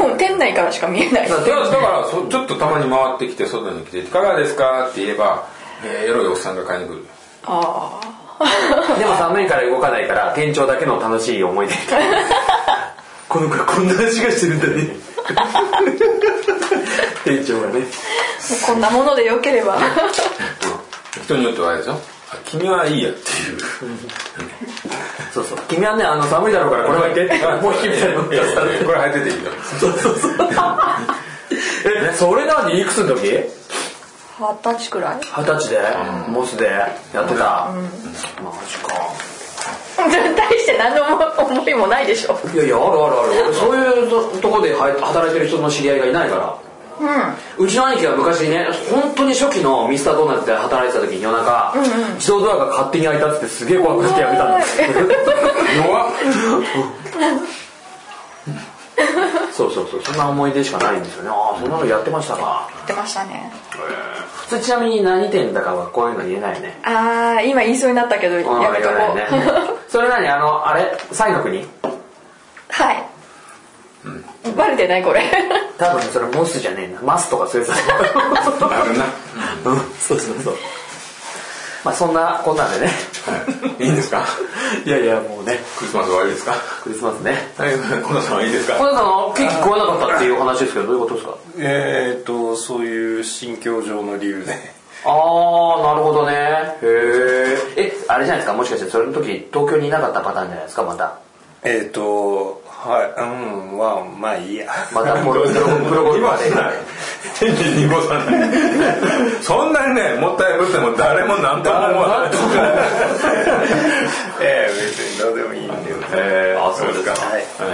S2: もう店内からしか見えない
S1: だからだからそちょっとたまに回ってきて外に来て「いかがですか?」って言えば、えーエロいおっさんが買いに来る
S2: あ
S4: でも寒いから動かないから店長だけの楽しい思い出みたいな この子はこんな味がしてるんだ ね店長がね
S2: あこんなものでよければ
S1: 人によってはあれでしょあ君はいいやっていう
S4: そうそう君はねあの寒いだろうからこれはいてってもう引きみたいなの
S1: いやこれ履いてていいよ
S4: そうそうそうえそれなのにいくつの時
S2: 二十歳くらい
S4: 二十歳で、モスでやってた、マジか
S2: 大して何の思いもないでしょ
S4: いやいやあるあるある俺そういうととこでは働いてる人の知り合いがいないからうちの兄貴が昔ね本当に初期のミスタードーナツで働いてた時に夜中、自動ドアが勝手に開いたっつってすげえ怖くなってやめたんです
S1: 弱っ
S4: そうそうそうそんな思い出しかないんですよねああそんなのやってましたか
S2: 言ってましたね
S4: 普通ちなみに何店だかはこういうの言えないよね
S2: ああ今言いそうになったけどや
S4: うん
S2: めと
S4: 言わ
S2: こう、
S4: ないね それなにあのあれ西の国
S2: はい、バレてないこれ
S4: 多分それモスじゃねえなマスとかそういうや つ
S1: なるな
S4: うんそうそうそうまあそんなこんなんでね
S1: はいいいんですか
S4: いやいやもうね
S1: クリスマス終わりですか
S4: クリスマスね
S1: はい 近藤さんはいいです
S4: こ
S1: か
S4: の間のケーキ食わなかったっていう話ですけどどういうことですか
S3: えー、っとそういう心境上の理由で
S4: ああなるほどねへええあれじゃないですかもしかしてそれの時東京にいなかったパターンじゃないですかまた
S3: えー、っとはいうんまあまあいいや
S4: ま たプロプロプロゴルファーで
S1: 今は天気に濁さないそんなにねもったいぶっても誰も何とも思わない
S3: ええ別にどうでもいいんだよ
S1: えー
S4: あそうですか
S1: はい
S2: 教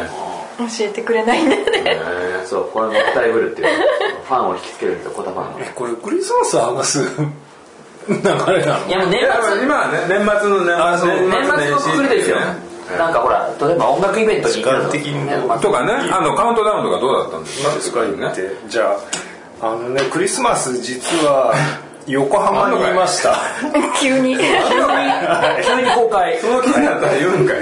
S2: えてくれないんだね
S1: えー
S4: そうこれもったいぶるっていうファンを引きつけるんですよコタファンを
S3: えこれクリスマス話す 流れなの
S4: いやもう年
S1: いやでも今はね年末の
S3: あそう
S1: 年
S4: 末年末のくくりですよなんかほら例えば音楽イベントに行く
S3: 時間的にね
S1: とかねあのカウントダウンとかどうだったんですか
S3: 確かに
S1: ね
S3: ねじゃああのねクリスマス実は横浜にいました
S2: 急に
S4: 急に公開
S1: その気になったら言うんかい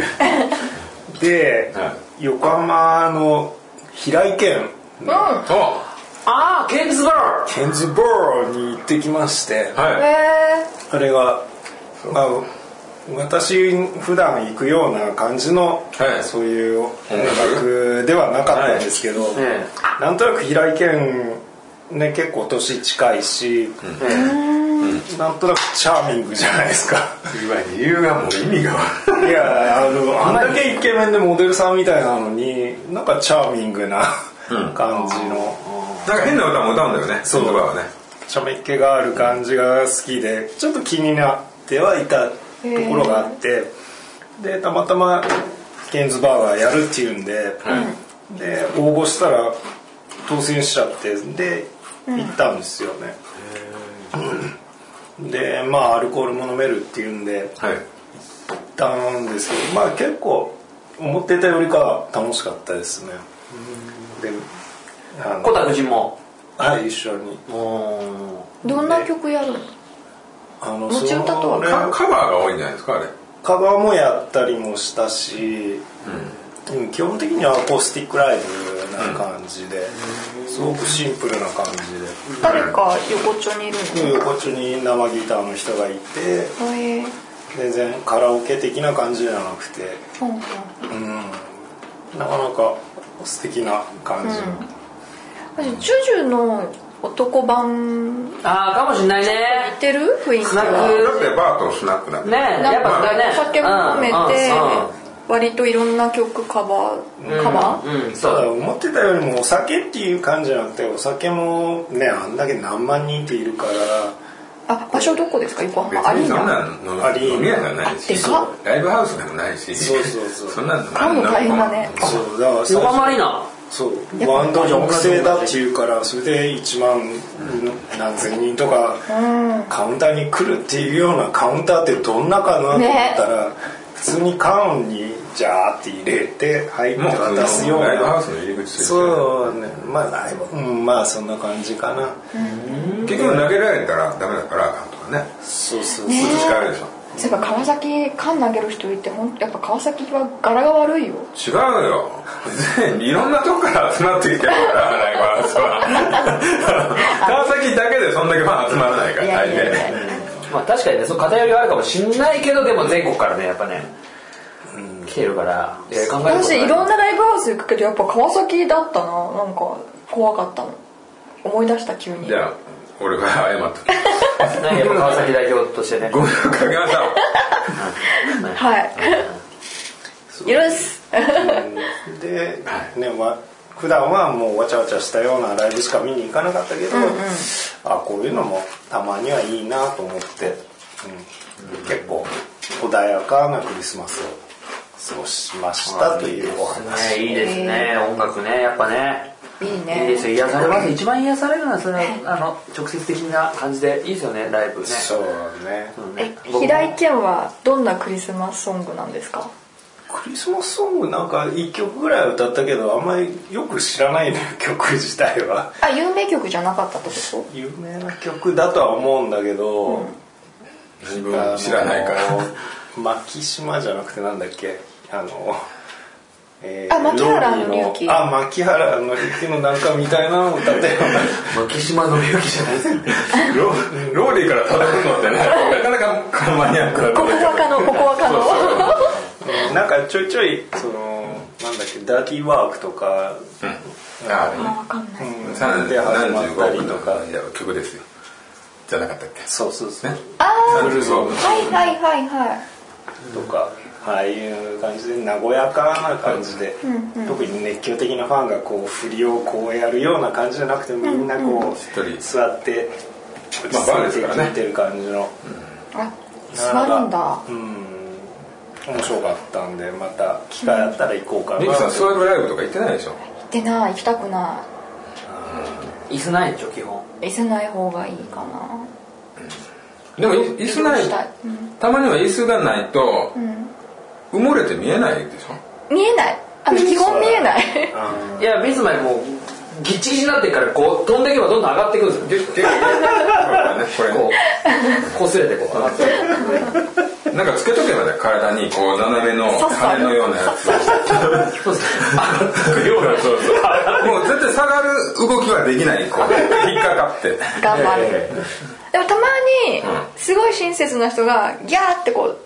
S3: で、
S1: は
S3: 横浜の平井堅
S1: お
S4: ああケーブスバー
S3: ケンズボーロに行ってきまして
S2: へ
S1: は
S2: え
S3: あれが、まあ、私普段行くような感じの、
S1: はい
S3: そういう音楽ではなかったんですけど、
S4: ええ
S3: なんとなく平井堅ね結構年近いし、なんとなくチャーミングじゃないですか
S1: 理由がもう意味が
S3: いやあのあんだけイケメンでモデルさんみたいなのになんかチャーミングな感じの、
S1: なんか変な歌も歌うんだよねそう言葉はね
S3: ちゃめっ気がある感じが好きでちょっと気になってはいたところがあってでたまたまケンズバーガーやるっていうんで、で応募したら当選しちゃってで行ったんですよね、うんでまあアルコールも飲めるっていうんで
S1: はい
S3: 行ったんですけどまあ結構思ってたよりかは楽しかったですねであ
S4: 小
S3: の
S4: 田夫人も
S3: はい一緒に
S4: も
S2: どんな曲やるの
S3: あの
S2: 持ち歌とは
S3: その
S1: カカバーが多いんじゃないですかあれ
S3: カバーもやったりもしたし、うん基本的にはアコースティックライブな感じで、すごくシンプルな感じ
S2: 誰か横丁にいる
S3: で、もう横丁に生ギターの人がいて
S2: のへえ
S3: 全然カラオケ的な感じじゃなくて、
S2: うんうん
S3: うん、なかなか素敵な感じの、
S2: 私ジュジュの男版
S4: うああかもしんないね
S2: 似てる雰囲気
S4: スナ
S2: が
S4: ッ
S1: だってバーとスナックだ
S4: クねえやっぱだね
S2: お酒も含めて割といろんな曲カバーカバー
S4: うんうんうんそ
S3: た
S4: う
S3: だ
S4: だ
S3: 思ってたよりもお酒っていう感じじゃなくてお酒もねあんだけ何万人っているから
S2: あ場所どこですか横
S1: 別
S2: 浜アリ
S1: にそん
S2: ーナ
S1: なの
S3: アリーナ
S1: 飲み屋じゃないし
S2: でかっ
S1: ライブハウスでもないし
S3: そうそうそう
S1: そんなの
S2: 買うの大変だね
S3: そうだから最初
S4: 横浜アリーナ
S3: そうバンド抑制だっていうからそれで1万何千人とかカウンターに来るっていうようなカウンターってどんなかなと思ったら、普通に缶にジャーって入れて入って
S1: もう
S3: 渡すよう
S1: ライブハウ
S3: な
S1: スの入り口として
S3: そうねまあライブうんまあそんな感じかな
S1: 結局投げられたらダメだからアカウントがね
S3: そうそう
S1: 移し替えるでしょ
S2: そういえば川崎缶投げる人いてほんやっぱ川崎は柄が悪いよ
S1: 違うのよ 全然いろんなとこから集まってきてるからライブハウスは川崎だけでそんだけファン集まらないから大抵
S4: まあ確かにねその偏りはあるかもしんないけどでも全国からねやっぱね来てるからいや考えること
S2: 私いろんな
S4: な
S2: ライブハウス行くけどやっぱ川崎だったななんか怖かったの思い出した急に
S1: じゃあ俺が謝っとく
S4: ねやっぱ川崎代表としてね
S1: ご迷惑かけました
S2: はい許す
S3: で、ねわ普段はもうわちゃわちゃしたようなライブしか見に行かなかったけど、あこういうのもたまにはいいなと思って、うん結構穏やかなクリスマスを過ごしましたというお話
S4: ねいいですね音楽ねやっぱね
S2: いい
S4: いいで
S2: ね
S4: すよ癒されます一番癒されるのはそれはあの直接的な感じでいいですよねライブね
S3: そうね、
S4: うん
S2: え
S4: ね
S2: 平井堅はどんなクリスマスソングなんですか
S3: クリスマスソングなんか1曲ぐらい歌ったけどあんまりよく知らないのよ曲自体は
S2: あ有名曲じゃなかったってこと
S3: 有名な曲だとは思うんだけど、
S1: 自分知らないから
S3: あの牧島じゃなくてなんだっけあの、え
S2: あ牧原の隆起
S3: ロビーのあ牧原の隆起のなんかみたいなのを歌って
S4: 牧島の勇気じゃないです よね
S1: ロ ローリーから叩くのって ねなかなかマニアックだと
S2: ここ
S1: 思うけど
S2: はかのここはかの
S3: なんかちょいちょいそのなんだっけダーティーワークとか、
S1: ああね
S2: わかんない
S3: うん
S1: 三
S3: で始ま
S1: 35
S3: ったり
S1: 分
S3: と
S1: の
S3: か
S1: 曲ですよじゃなかったっけ
S3: そうそうそう、
S1: ね
S2: ああ
S1: 35分
S2: はいはいはいはい
S3: とかああいう感じで和やかな感じで、特に熱狂的なファンがこう振りをこうやるような感じじゃなくてみんなこう、
S1: 人
S3: 座って落ち
S1: まあバーで
S3: 着
S1: す
S3: いて
S1: からね
S3: 聴いてる感じの。
S2: あ座るんだ
S3: うん面白かったんでまた機会あったら行こうかな、
S1: リキさんスワイブライブとか行ってないでしょ
S2: 行ってない行きたくな
S4: 椅子ないでしょ基本
S2: い椅子ない方がいいかな
S1: でもい椅子な
S2: 移動した
S1: い
S2: いうん
S1: たまには椅子がないと埋もれて見えないでしょ
S2: 見えないあの基本見えない
S4: いや水前もうギッチギチになってからこう飛んでいけばどんどん上がっていくんですよ
S1: ででそうだねこれ
S4: こう擦れてこう上がっていく
S1: なんかつけとけばね体にこう斜めの
S2: 刺さ
S1: 羽
S2: る
S1: のようなやつ
S4: そうですね上がっていく
S1: ようなそうそう もう絶対下がる動きはできないこう引っかかって
S2: 頑張るでもたまにすごい親切な人がギャーってこう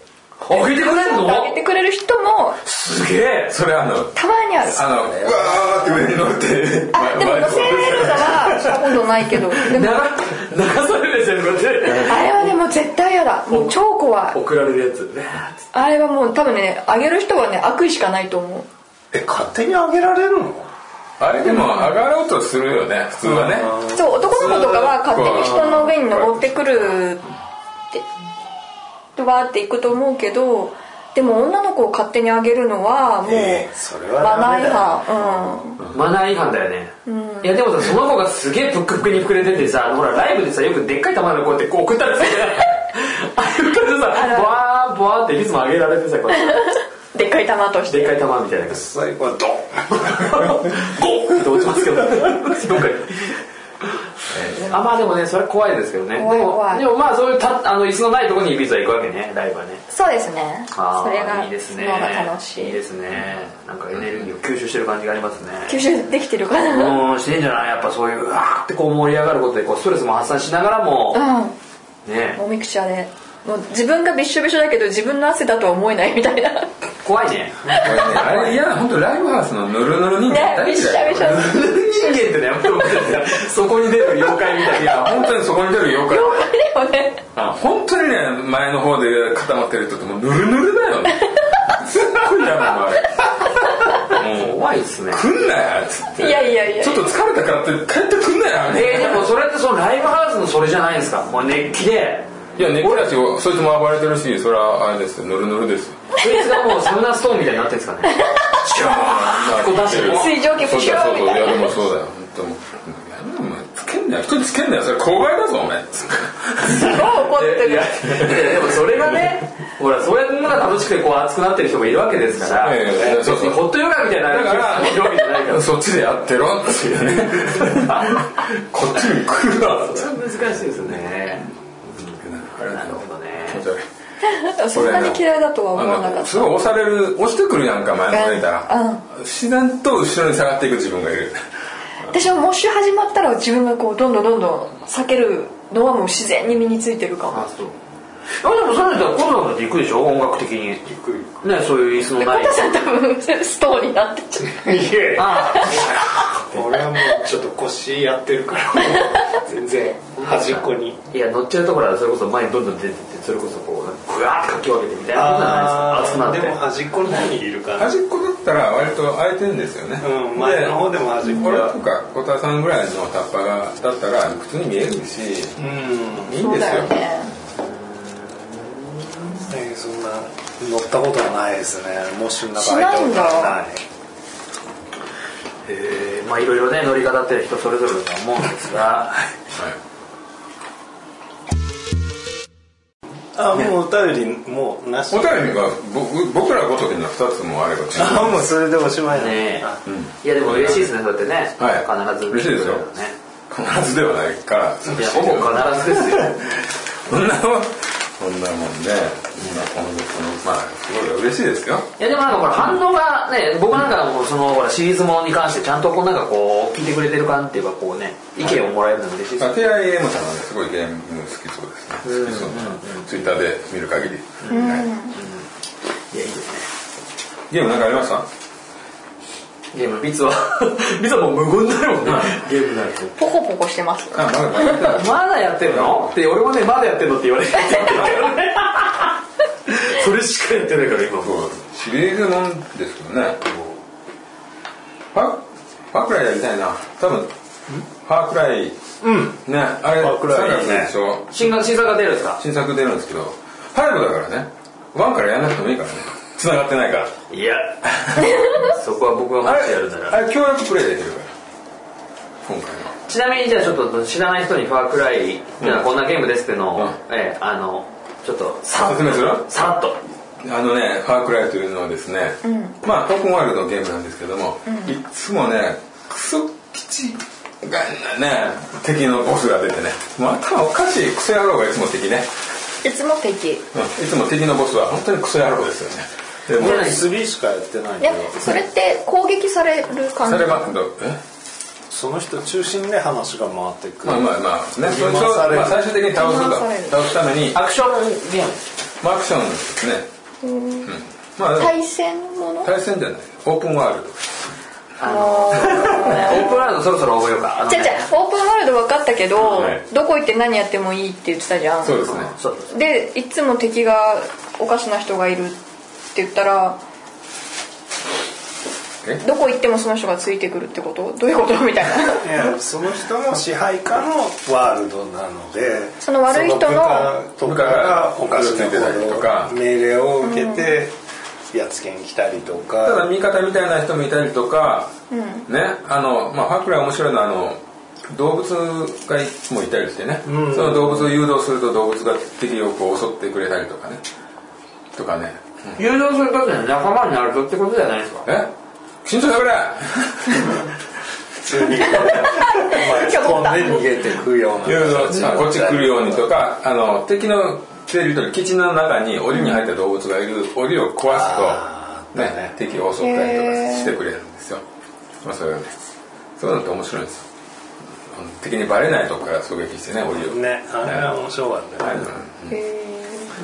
S4: あげてくれんの
S2: あげてくれる人も
S4: すげえ
S1: それあの
S2: たまにある
S1: あのうわーって上に乗って
S2: あでも乗せられるのはしたことないけどで
S4: 流流
S2: も
S4: されるじゃんこうやって
S2: あれはねもう絶対嫌だもう超怖い
S4: 送られるやつ
S2: あれはもう多分ねあげる人はね悪意しかないと思う
S3: え勝手にあげられるの
S1: あれでも上がろうとするよね普通はね
S2: そう男の子とかは勝手に人の上に登ってくるってでわーっていくと思うけどでも女の子を勝手にあげるのはもう
S3: ええそれは
S2: マ
S3: ダ
S2: ナー
S3: メ
S2: 違
S3: だよ
S2: 反
S4: マナー違反だよね、いやでもさその子がすげえぷっくぷくに膨れててさほらライブでさよくでっかい玉のこうやってこう送ったらさああいう感じでさボワーボワーっていつも上げられてさこうやっ
S2: うんでっかい玉として
S4: てでっかい玉みたいな感じ
S3: 最後はド
S4: ゴッって落ちますけどどっかに。あまあでもねそれは怖いですけどね
S2: 怖い怖い
S4: でもでもまあそういうたあの椅子のないところに指は行くわけねライブはね
S2: そうですね
S4: あー
S2: それが
S4: いいですね
S2: 脳が楽しい
S4: いいですねなんかエネルギーを吸収してる感じがありますね
S2: 吸収できてるかな
S4: うーんしてんじゃないやっぱそういううわーってこう盛り上がることでこうストレスも発散しながらも
S2: うん
S4: ね
S2: もみくちゃでもう自分がびっしょびしょだけど自分の汗だとは思えないみた いなね
S4: 怖いね
S1: これねあれ嫌な本当ライブハウスのぬるぬる人間大
S2: びっ
S1: 嫌
S2: しゃ
S1: い
S2: びしょ
S4: 人間ってね本当そこに出る妖怪みたい
S1: い
S4: な
S1: や本当にそこに出る妖怪
S2: でもね
S1: あ本当にね前の方で固まってる人ってもうぬるぬるだよねすっごい嫌なのあれもう
S4: 怖いっすね
S1: 来んなよっつって
S2: いやいやいや
S1: ちょっと疲れたからって帰ってくんなよ
S4: えー、でもそれってそのライブハウスのそれじゃないんですかもう熱気で
S1: いやね俺たちそいつも暴れてるしそれはあれですよぬるぬるですよ
S4: そいつがもうサウナストーンみたいになってるんですかね
S1: シュー
S4: こう出してる
S2: 水蒸気
S1: そう
S2: プシュ
S1: だ
S2: ー
S1: そう
S2: み
S1: だい
S2: たい
S1: や
S2: な
S1: でもそうだよ本当もうやめろお前つけんなよ人につけんなよそれ公害だぞお前
S2: すごい怒って
S4: い
S2: る
S4: やいやでもそれがねほらそれのが楽しくてこう熱くなってる人もいるわけですから
S1: いやいや
S4: 別にホットヨガみたいな
S1: だから
S4: いわけじゃないから
S1: そっちでやってろっていうねこっちに来るわ
S4: それは難しいですね
S1: あれ
S4: な
S1: だ
S4: る
S1: よ
S4: ほどね
S1: 気持ち悪い
S2: そんなに嫌いだとは思わな
S1: あ
S2: か
S1: の
S2: っ
S1: すごい押される押してくるやんか前の方にいたら、自然と後ろに下がっていく自分がいる
S2: た私はモッシュ始まったら自分がこうどんどんどんどん避けるのはもう自然に身についてるかも
S4: あそういやでもそういうのってコロナだって行くでしょ音楽的にねそういう椅子の
S2: で
S4: ない
S2: コタさん多分ストーンになってっちゃ う
S4: あ
S3: 俺はもうちょっと腰やってる から全然端っこに
S4: いや乗っちゃうところはそれこそ前にどんどん出てってそれこそこうグワーってかき分けてみたいなことじゃないですか熱くなっ
S3: で
S4: て
S3: も端っこの方にいるから
S1: 端っこだったら割と空いてるんですよね、
S3: うん前の方でも端っこ
S1: 俺
S3: だ
S1: とか小田さんぐらいのタッパがだったら普通に見えるし
S3: うん
S1: いいん
S2: そう
S1: です
S2: だ
S1: よ
S2: よね
S3: えーそんな乗ったことはないですねもしなんか
S2: しないんだ
S3: ない
S4: えーまあいろいろね乗り方って人それぞれだと思うんですが
S3: あもうお便りもうなし
S1: お便りが僕僕らごときの2つもあれ ば
S3: あもうそれでおしまいだ
S4: ね
S3: あ
S4: いやでも嬉しいですねそうやってね、
S1: はい
S4: 必ず
S1: 嬉しいですよ
S4: ね
S1: 必ずではないから
S4: いやほぼ必ず ですよ
S1: そんなもんそんなもんで今このこのまあすごい嬉しいですよ
S4: いやでもなんかこれ反応がね僕なんかもうそのほらシリーズものに関してちゃんとこうなんかこう聞いてくれてる感っていうかこうね意見をもらえるのが嬉しいです
S1: あ手合い M さんはねすごいゲーム好きそうですね好きそうなツイッターで見る限り、はい
S4: やいいです
S1: ゲームなんかありました
S4: ねゲームビツは ビツはもう無言だよねゲームになると
S2: ポコポコしてます
S1: あまだまだやってない
S4: まだやってんのって俺もねまだやってんのって言われてる それしかやってないから今
S1: そうシリーズもんですけどねパパークライやりたいな多分パークライね
S3: うん
S1: あれ
S3: パークライ
S1: 3月でしょ
S4: 新新作が出るんですか
S1: 新作出るんですけど5だからね1からやんなくてもいいからね繋がってないから
S4: いや そこは僕がもしやるなら
S1: あれ協力プレイできるから今回の
S4: ちなみにじゃあちょっと知らない人に「ファークライ」こんなゲームですってのを、
S1: うん
S4: ええあのちょっとさ
S1: 説明する
S4: さらっと
S1: あのね「ファークライ」というのはですね、まあトークンワールドのゲームなんですけども、いっつもねクソ基地がね敵のボスが出てねもう頭おかしいクソ野郎がいつも敵ね、
S2: いつも敵
S1: うんいつも敵のボスは本当にクソ野郎ですよねでも
S4: 俺
S1: う
S4: らに
S3: 3しかやってない
S2: で
S3: けど
S2: それって攻撃される感
S1: サ
S2: じ
S1: レバッドえ
S3: その人中心で話が回ってくる
S1: まあまあまあねそう
S3: 振り回される
S1: まあ最終的に倒すんだ
S2: 振り回される
S1: 倒すために
S4: アクションゲーム
S1: まあアクションですねまあでも
S2: 対戦もの
S1: 対戦じゃないオープンワールド
S2: あの
S4: オープンランドそろそろ覚えようかあの
S2: じゃじゃオープンワールド分かったけど、
S1: はい
S2: どこ行って何やってもいいって言ってたじゃん
S1: そうですね
S4: そうです
S2: でいつも敵がおかしな人がいるって言ったら
S1: え
S2: どこ行ってもその人がついてくるってことどういうことみたい な
S3: いやその人の支配下のワールドなので
S2: その悪い人の
S3: そ部下とかがおかしな行動
S1: とか
S3: 命令を受けてやっつけに来たりと
S1: た
S3: か、
S1: だ味方みたいな人もいたりとか、ねあのまあファクラー面白いのはあの動物がいつもいたりしてね、その動物を誘導すると動物が敵をこう襲ってくれたりとかねとかね、うん
S4: 誘導することで仲間になるとってことじゃないですか
S1: え慎重に食べれ
S3: 普通に飛んで逃げてくような
S1: 誘導あこっち来るようにとかあの敵のテリトリー基地の中に檻に入った動物がいる檻を壊す
S3: あ
S1: と、
S3: ー
S1: ね
S3: だね
S1: 敵を襲ったりとか
S2: へー
S1: してくれるんですよ、まあ、それはねそういうのって面白いんですよあの敵にバレないとこから狙撃してね檻を
S3: ねあれは面白かったね、
S1: う
S2: へ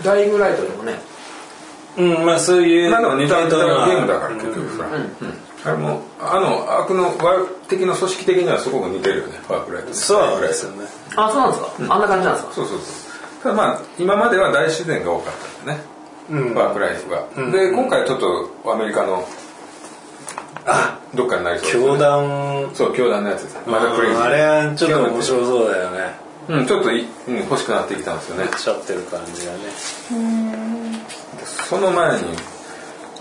S4: ダイイングライトでもね
S3: うんまあそうい
S1: ん
S3: う
S1: まあでも似た似たゲームだから
S3: うん
S1: 結局さ、うんあれもあの悪の悪敵の組織的にはすごく似てるよねワークライトね
S3: そうなんですよね
S4: あそうなんですか、あんな感じなんですか
S1: そうそうそうただまあ今までは大自然が多かったんだよね、
S3: うん
S1: ワークライフが、
S3: ん
S1: で今回ちょっとアメリカの
S3: あ
S1: どっかになりそうです
S3: 教団
S1: そう教団のやつですまだクレイジー
S3: あれはちょっと面白そうだよね
S1: うんちょっとい、うん、欲しくなってきたんですよね
S3: おっしゃってる感じがね
S1: その前に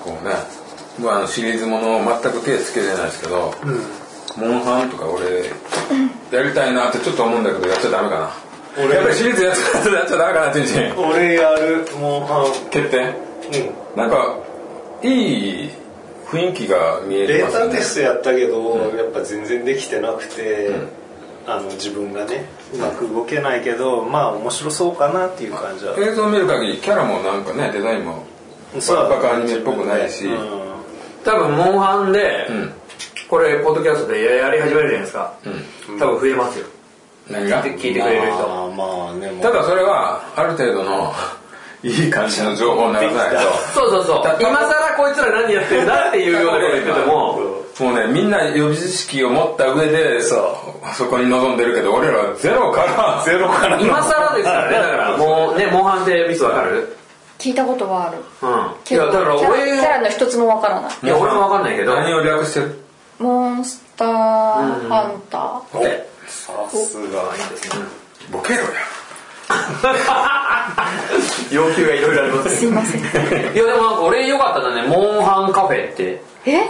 S1: こうね僕はあのシリーズものを全く手つけてないですけど、モンハンとか俺やりたいなってちょっと思うんだけどやっちゃダメかな
S3: 俺
S1: やっぱりシリーズやっちゃやっちゃダメかなチンチン
S3: 俺やるモンハン
S1: 欠点
S3: うん
S1: なんかいい雰囲気が見えて
S3: デ
S1: ま
S3: ー
S1: すよ
S3: タ
S1: ね
S3: テストやったけど、やっぱ全然できてなくて、あの自分がねうまく動けないけどまあ面白そうかなっていう感じは
S1: 映像を見る限りキャラもなんかねデザインも
S3: そう
S1: バカアニメっぽくないし
S3: うん
S4: 多分モンハンで、
S1: ん
S4: これポッドキャストでやり始めるじゃないですか、多分増えますよ
S1: 何が
S4: 聞いてくれる人
S3: まあまあねもう
S1: ただそれはある程度のいい感じの情報にならない
S4: そうそうそう
S1: だ
S4: 今更こいつら何やってるんだっていうようなこと言ってても
S1: ともうねみんな予備知識を持った上でそこに臨んでるけど俺らはゼロから
S3: ゼロからの
S4: 今更ですからねだからもうねモンハンってミスわかる
S2: 聞いたことはある
S4: うん
S2: け
S4: いや
S2: ど
S4: だから
S2: キャラ
S4: 俺
S2: キャラの一つもわからない
S4: いや俺もわかんないけど
S1: 何を略してる
S2: モンスターハンター、
S3: さすが
S1: ボケろや
S4: 要求がい ろいろあります
S2: すいません
S4: いやでもなんか俺良かったのはねモンハンカフェって
S2: え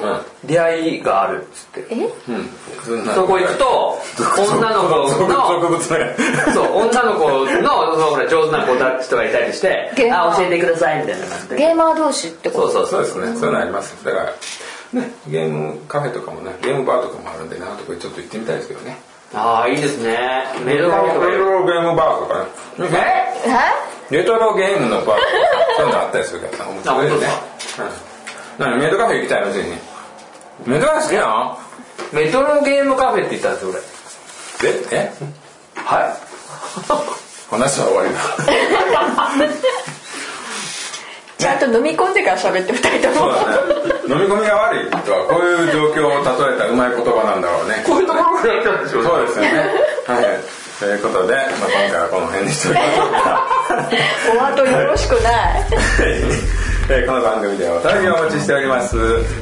S4: 出会いがあるっつって
S2: え
S1: うんそんな
S4: そこ行く と女の子
S1: 俗
S4: の
S1: 植物ね
S4: そう女の子のそうほら上手な子たちとかいたりして
S2: ゲーム
S4: あ教えてくださいみたいな感じで
S2: ゲーマー同士ってこと
S4: そ うそう
S1: そ
S4: そうう
S1: ですねそういうのありますだからねゲームカフェとかもねゲームバーとかもあるんでなとこちょっと行ってみたいですけどね
S4: ああいいですねメド
S1: レ
S4: カフェとかいる
S1: トロゲームバーとかね
S4: え
S2: え
S1: レトロゲームの バーとかそういうのあったりするからさ面白いよね
S4: あ
S1: うん何メイドカフェ行きたいの次にメイドカフェ好きなの
S4: メトロゲームカフェって言ったんですよ俺
S1: でえ
S4: はい
S1: 話は終 わりだ
S2: ちゃんと飲み込んでから喋って二人と
S1: そ
S2: も
S1: うだね飲み込みが悪いとはこういう状況を例えたうまい言葉なんだろうね
S4: こういうところからやったんでしょ
S1: そうですよねはいということで、まあ、今回はこの辺にしておきましょうか
S2: お後よろしくない
S1: えーこの番組ではお便りをお待ちしております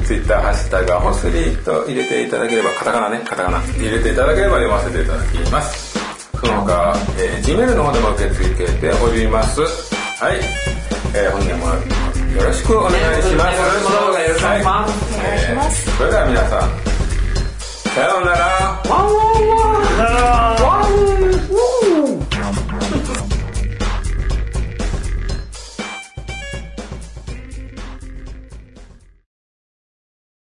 S1: ツイッターハッシュタグはホスリーと入れていただければカタカナねカタカナ入れていただければ読ませていただきますその他、えー、Gmail の方でも受け付けておりますはい、えー本年もよろしくお願いします
S4: よろしくお願いします
S2: お願いします
S1: はいえーそれでは皆さんさようなら
S4: ワンワンワンワンワン